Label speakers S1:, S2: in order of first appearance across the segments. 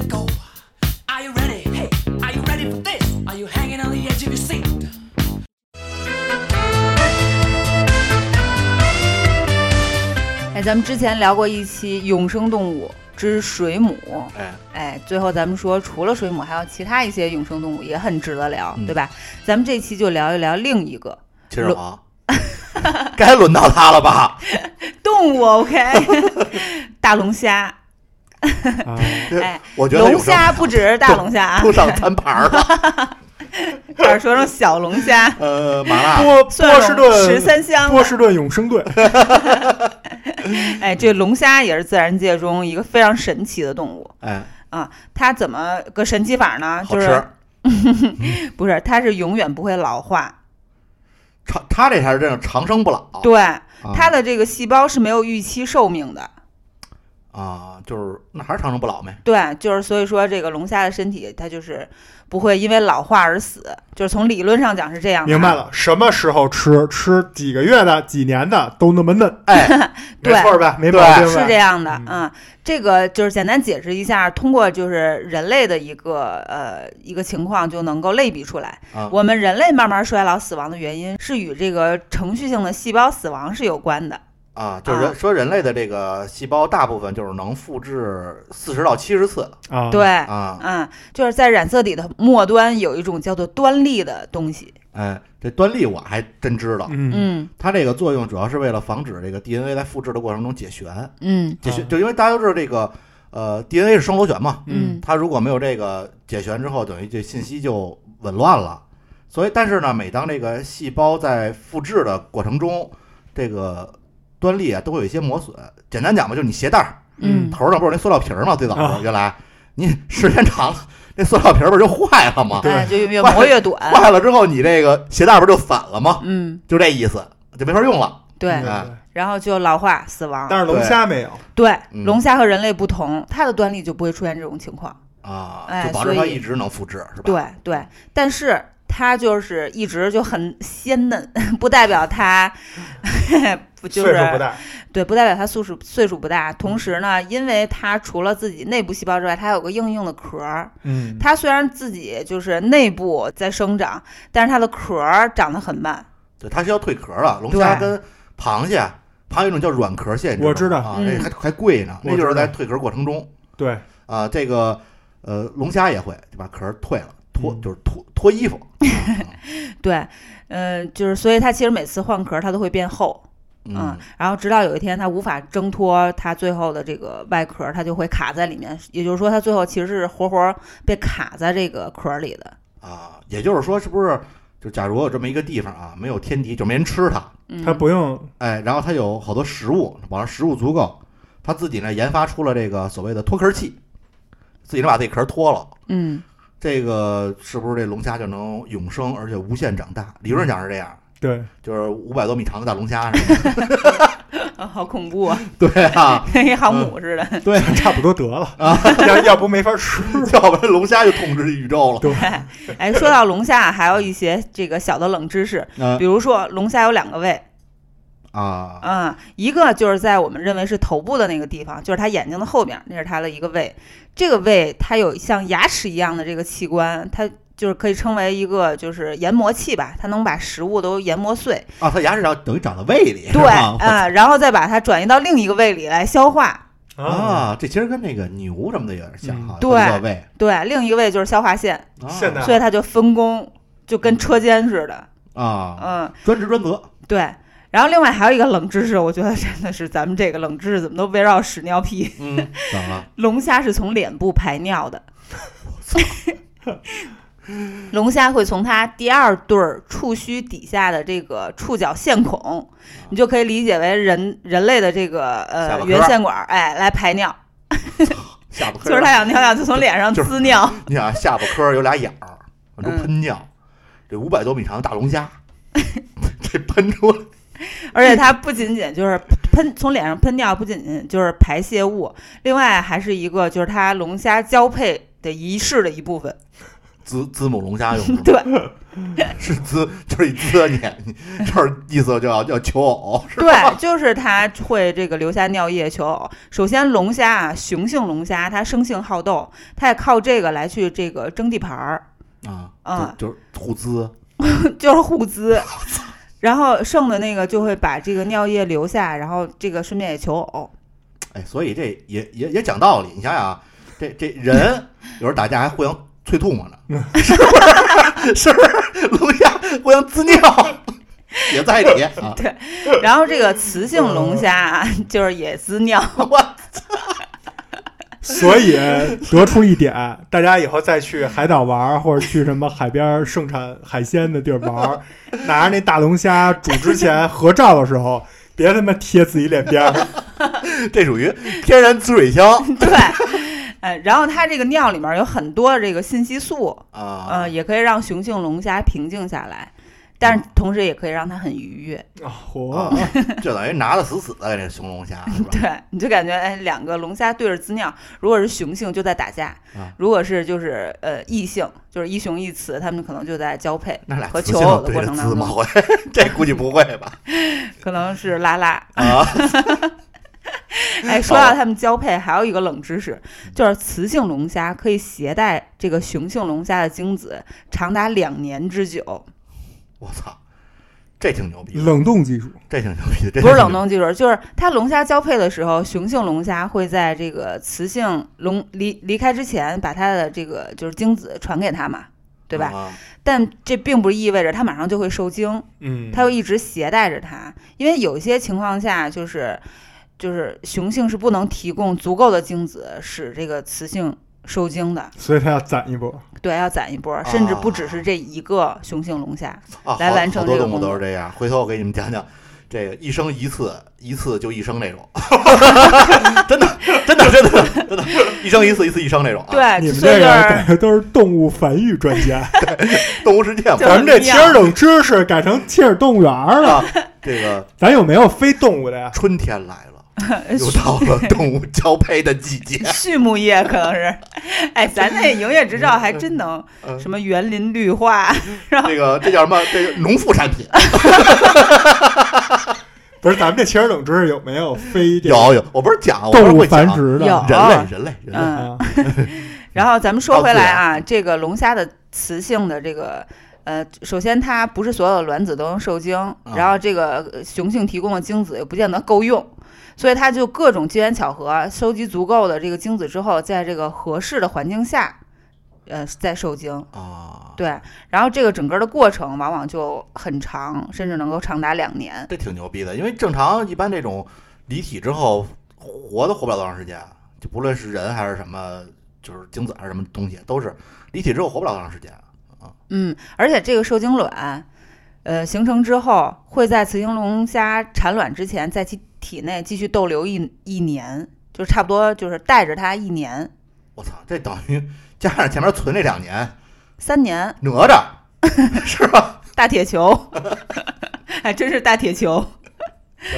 S1: to go. Are you ready? Hey, are you ready for this? Are you hanging on the edge of your seat?
S2: 哎，咱们之前聊过一期永生动物之水母，
S3: 哎，
S2: 哎，最后咱们说除了水母，还有其他一些永生动物也很值得聊，对吧？咱们这期就聊一聊另一个
S3: 秦始皇，该轮到他了吧？
S2: 动物，OK？大龙虾，
S4: 啊
S2: 哎，
S3: 我觉得
S2: 龙虾不只是大龙虾啊
S3: 都，上餐盘了。、
S2: 差点说成小龙虾
S3: 呃，麻辣
S4: 波
S2: 蒜
S4: 波士
S2: 蓉
S4: 顿
S2: 啊十三香啊
S4: 波
S2: 了。
S4: 士顿永生 队，
S2: 哎，这龙虾也是自然界中一个非常神奇的动物。
S3: 哎，
S2: 啊，它怎么个神奇法呢？
S3: 好
S2: 就
S3: 吃。
S2: 是不是它是永远不会老化，
S3: 长他这才是真正长生不老。
S2: 对，
S3: 啊
S2: 它的这个细胞是没有预期寿命的，
S3: 啊，就是那还是长生不老呗。
S2: 对，就是所以说这个龙虾的身体它就是不会因为老化而死，就是从理论上讲是这样的。
S4: 明白。了，什么时候吃，吃几个月的、几年的都那么 嫩，
S3: 哎，
S4: 没
S2: 对
S4: 错吧？没毛病吧？
S2: 是这样的，
S4: 嗯
S2: 嗯，这个就是简单解释一下，通过就是人类的一个呃一个情况就能够类比出来。
S3: 啊
S2: 我们人类慢慢衰老死亡的原因是与这个程序性的细胞死亡是有关的。
S3: 啊，就是人
S2: 啊
S3: 说人类的这个细胞大部分就是能复制四十到七十次
S4: 啊，
S2: 对，
S3: 啊。
S2: 嗯，就是在染色体的末端有一种叫做端粒的东西。
S3: 哎，这端粒我还真知道，
S4: 嗯，
S2: 嗯
S3: 它这个作用主要是为了防止这个 DNA 在复制的过程中解旋。
S2: 嗯
S3: 解旋
S4: 啊
S3: 就因为大家都知道这个呃 DNA 是双螺旋嘛，
S4: 嗯
S3: 它如果没有这个解旋之后，等于这信息就紊乱了。所以，但是呢，每当这个细胞在复制的过程中，这个端粒啊都会有一些磨损。简单讲吧，就是你鞋带儿
S4: 嗯
S3: 头上不是有那塑料皮儿嘛，最早
S4: 啊
S3: 的原来你时间长了，那塑料皮儿不是就坏了吗？
S4: 对
S2: 哎，就越越 磨越短。
S3: 坏了之后，你这个鞋带儿不是就散了吗？
S2: 嗯，
S3: 就这意思，就没法用了。
S2: 对
S4: 嗯，
S3: 啊
S2: 然后就老化死亡。
S4: 但是龙虾没有，
S2: 对，
S3: 嗯
S2: 龙虾和人类不同，它的端粒就不会出现这种情况。
S3: 啊，
S2: 哎
S3: 就保证它
S2: 所以
S3: 一直能复制，是吧？
S2: 对对，但是它就是一直就很鲜嫩， 不代表它 不就
S4: 嗯岁数不
S2: 是
S4: 大，
S2: 对，不代表它岁数岁数不大。同时呢，因为它除了自己内部细胞之外，它还有个硬硬的壳儿。
S4: 嗯，
S2: 它虽然自己就是内部在生长，但是它的壳儿长得很慢。
S3: 对，它是要蜕壳了。龙虾跟螃蟹，螃蟹有一种叫软壳蟹，你
S4: 我知道
S3: 吗啊，
S2: 嗯
S3: 那还还贵呢，
S4: 我
S3: 那就是
S4: 知道
S3: 在蜕壳过程中
S4: 对，
S3: 啊，这个呃，龙虾也会就把壳蜕了，脱
S4: 嗯
S3: 就是脱脱衣服，
S2: 对，呃，就是所以它其实每次换壳儿它都会变厚，
S3: 嗯，
S2: 然后直到有一天它无法挣脱它最后的这个外壳儿，它就会卡在里面。也就是说，它最后其实是活活被卡在这个壳儿里的。
S3: 啊，也就是说，是不是就假如有这么一个地方啊，没有天敌，就没人吃它，
S2: 嗯，
S4: 它不用，
S3: 哎，然后它有好多食物，保证食物足够，它自己呢研发出了这个所谓的脱壳器，自己能把这壳脱了。
S2: 嗯，
S3: 这个是不是这龙虾就能永生，而且无限长大？理论上是这样，
S4: 对，
S3: 就是五百多米长的大龙虾 是吧？
S2: 啊 好恐怖啊， 嗯
S3: 对啊，
S2: 跟 一航母似的。
S3: 对，
S4: 差不多得了，
S3: 啊
S4: 要要不没法吃，
S3: 要不然龙虾就统治宇宙了。
S2: 哎，说到龙虾，还有一些这个小的冷知识，
S3: 嗯
S2: 比如说龙虾有两个胃。
S3: 啊，
S2: 嗯，一个就是在我们认为是头部的那个地方，就是它眼睛的后边，那是它的一个胃。这个胃它有像牙齿一样的这个器官，它就是可以称为一个就是研磨器吧，它能把食物都研磨碎，
S3: 啊，它牙齿长等于长到胃里，是
S2: 对，
S3: 吧
S2: 啊、然后再把它转移到另一个胃里来消化。
S3: 啊，这其实跟那个牛什么的有点像哈，
S2: 嗯嗯对
S3: 它叫胃。
S2: 对，另一个胃就是消化腺，
S3: 啊
S4: 现在
S2: 所以它就分工就跟车间似的。
S3: 啊，
S2: 嗯，
S3: 专职专责，
S2: 对。然后另外还有一个冷知识，我觉得真的是咱们这个冷知识怎么都围绕屎尿屁。
S3: 嗯，怎么了？
S2: 龙虾是从脸部排尿 的。龙虾会从它第二对儿触须底下的这个触角线
S3: 啊
S2: 孔，你就可以理解为人人类的这个
S3: 下巴
S2: 呃
S3: 颏儿
S2: 圆线管儿，哎，来排尿。
S3: 下巴颏儿
S2: 就是他想尿尿就从脸上
S3: 就是
S2: 滋尿，
S3: 你想下巴颏儿有俩眼儿，
S2: 嗯
S3: 往出喷尿，这五百多米长的大龙 虾，这喷出来
S2: 而且它不仅仅就是喷从脸上喷尿，不仅仅就是排泄物，另外还是一个就是它龙虾交配的仪式的一部分。，
S3: 子子母龙虾用的
S2: 对
S3: 是滋 就是一滋你，你就是意思就要要求偶，是
S2: 对，就是它会这个留下尿液求偶。首先，龙虾啊，雄性龙虾它生性好斗，它也靠这个来去这个争地盘儿。
S3: 啊，
S2: 啊
S3: 就就是互滋，
S2: 就是互滋。然后剩的那个就会把这个尿液留下，然后这个顺便也求 偶。
S3: 哎，所以这也也也讲道理，你想想啊，这这人有时候打架还互相啐吐沫呢，是不是？是不是？龙虾互相滋尿也在理啊，
S2: 然后这个雌性龙虾啊 就是也滋尿，
S4: 所以得出一点，大家以后再去海岛玩儿，或者去什么海边儿盛产海鲜的地儿玩儿，拿着那大龙虾煮之前合照的时候， 别他妈贴自己脸边儿。
S3: 这属于天然滋水 枪
S2: 对，呃，然后它这个尿里面有很多这个信息素，
S3: 啊
S2: 呃，。也可以让雄性龙虾平静下来，但是同时也可以让它很愉悦。
S4: 啊嚯、
S3: 啊，就等于拿的死死的，这雄龙虾是吧？
S2: 对，你就感觉哎，两个龙虾对着滋尿，如果是雄性就在打架，
S3: 啊
S2: 如果是就是呃异性，就是一雄一雌，它们可能就在交配，
S3: 那俩
S2: 和
S3: 雌
S2: 求
S3: 性
S2: 偶的
S3: 对
S2: 过
S3: 着
S2: 程当
S3: 滋
S2: 中
S3: 吗？会， 这估计不会吧？
S2: 可能是拉拉。
S3: 啊，
S2: 哎，说到它们交配，还有一个冷知识，
S3: 嗯
S2: 就是雌性龙虾可以携带这个雄性龙虾的精子长达两年之久，
S3: 我操，这挺牛逼的，
S4: 冷冻技术，
S3: 这挺牛逼的，这
S2: 不是
S3: 挺
S2: 冷
S3: 牛
S2: 冻技术，就是它龙虾交配的时候，雄性龙虾会在这个雌性龙离离开之前，把它的这个就是精子传给它嘛，对吧？
S3: 啊
S2: 但这并不意味着它马上就会受精，
S4: 嗯，
S2: 它会一直携带着它，因为有一些情况下就是就是雄性是不能提供足够的精子使这个雌性受精的。
S4: 所以他要攒一波。
S2: 对，要攒一波儿，甚至不只是这一个雄性龙虾。
S3: 啊，
S2: 来
S3: 好
S2: 完成
S3: 好多
S2: 这个
S3: 动物
S2: 工
S3: 都
S2: 作
S3: 是这样。回头我给你们讲讲这个一生一次，一次就一生那 种，真的，真的，真的，真的，一生一次，一次一生那种、啊。，
S2: 对，
S4: 你们
S2: 哎所以
S4: 这
S2: 就
S4: 个
S2: 是
S4: 感觉 都是动物繁育专 家，
S3: 动物世界嘛，
S2: 就是
S4: 咱们这
S2: 一
S4: 切
S2: 样。
S4: 尔冷知识改成切尔动物园儿了。
S3: 这个
S4: 咱有没有非动物的呀？
S3: 春天来了，又到了动物交配的季节
S2: 畜牧业可能是，哎，咱那营业执照还真能
S3: 嗯
S2: 什么园林绿化，
S3: 这个这叫什么？这个农副产 品
S4: 不是，咱们这切尔冷知识有没有非这个
S3: 有有，我不是讲，我不是
S4: 动物
S3: 会讲
S4: 繁殖的？
S2: 有
S3: 人类人类人类
S2: 嗯
S4: 啊，
S2: 然后咱们说回来啊，这个龙虾的雌性的这个。呃，首先它不是所有的卵子都能受精，然后这个呃雄性提供的精子也不见得够用，所以它就各种机缘巧合收集足够的这个精子之后，在这个合适的环境下，呃，再受精。
S3: 啊，
S2: 对，然后这个整个的过程往往就很长，甚至能够长达两年。
S3: 这挺牛逼的，因为正常一般这种离体之后活都活不了多长时间，就不论是人还是什么，就是精子还是什么东西，都是离体之后活不了多长时间。
S2: 嗯，而且这个受精卵，呃，形成之后会在雌性龙虾产卵之前，在其体内继续逗留一一年，就差不多就是带着它一年、
S3: 我操，这等于 加上前面存这两年，
S2: 三年，
S3: 哪吒是吧？
S2: 大铁球， 还真是大铁球。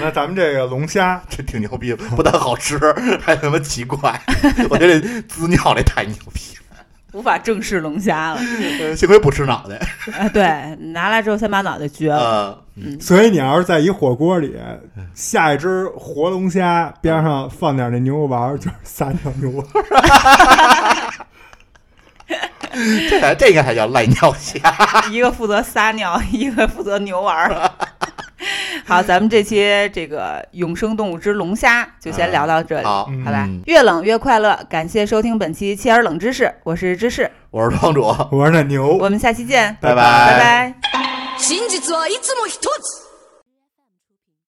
S4: 那咱们这个龙虾
S3: 这挺牛逼，不但好吃， 还他妈奇怪。我觉得这滋尿这太牛逼了
S2: 无法正视龙虾了，
S3: 呃，幸亏不吃脑袋。
S2: 啊！对，拿来之后先把脑袋撅了，
S3: 呃，
S4: 所以你要是在一火锅里下一只活龙虾，边上放点那牛肉丸儿，就是撒尿牛 丸儿。
S3: 这还这应该还叫赖尿虾。
S2: 一个负责撒尿，一个负责牛丸儿。 好，咱们这期这个《永生动物之龙虾》就先聊到这里。
S3: 好，
S4: 嗯
S2: 好吧
S3: 嗯，
S2: 越冷越快乐。感谢收听本期《切尔冷知识》，我是芝士，
S3: 我是庄主，
S4: 我说那牛，
S2: 我们下期见，
S3: 拜
S4: 拜
S2: 拜拜。
S1: 真実はいつも一つ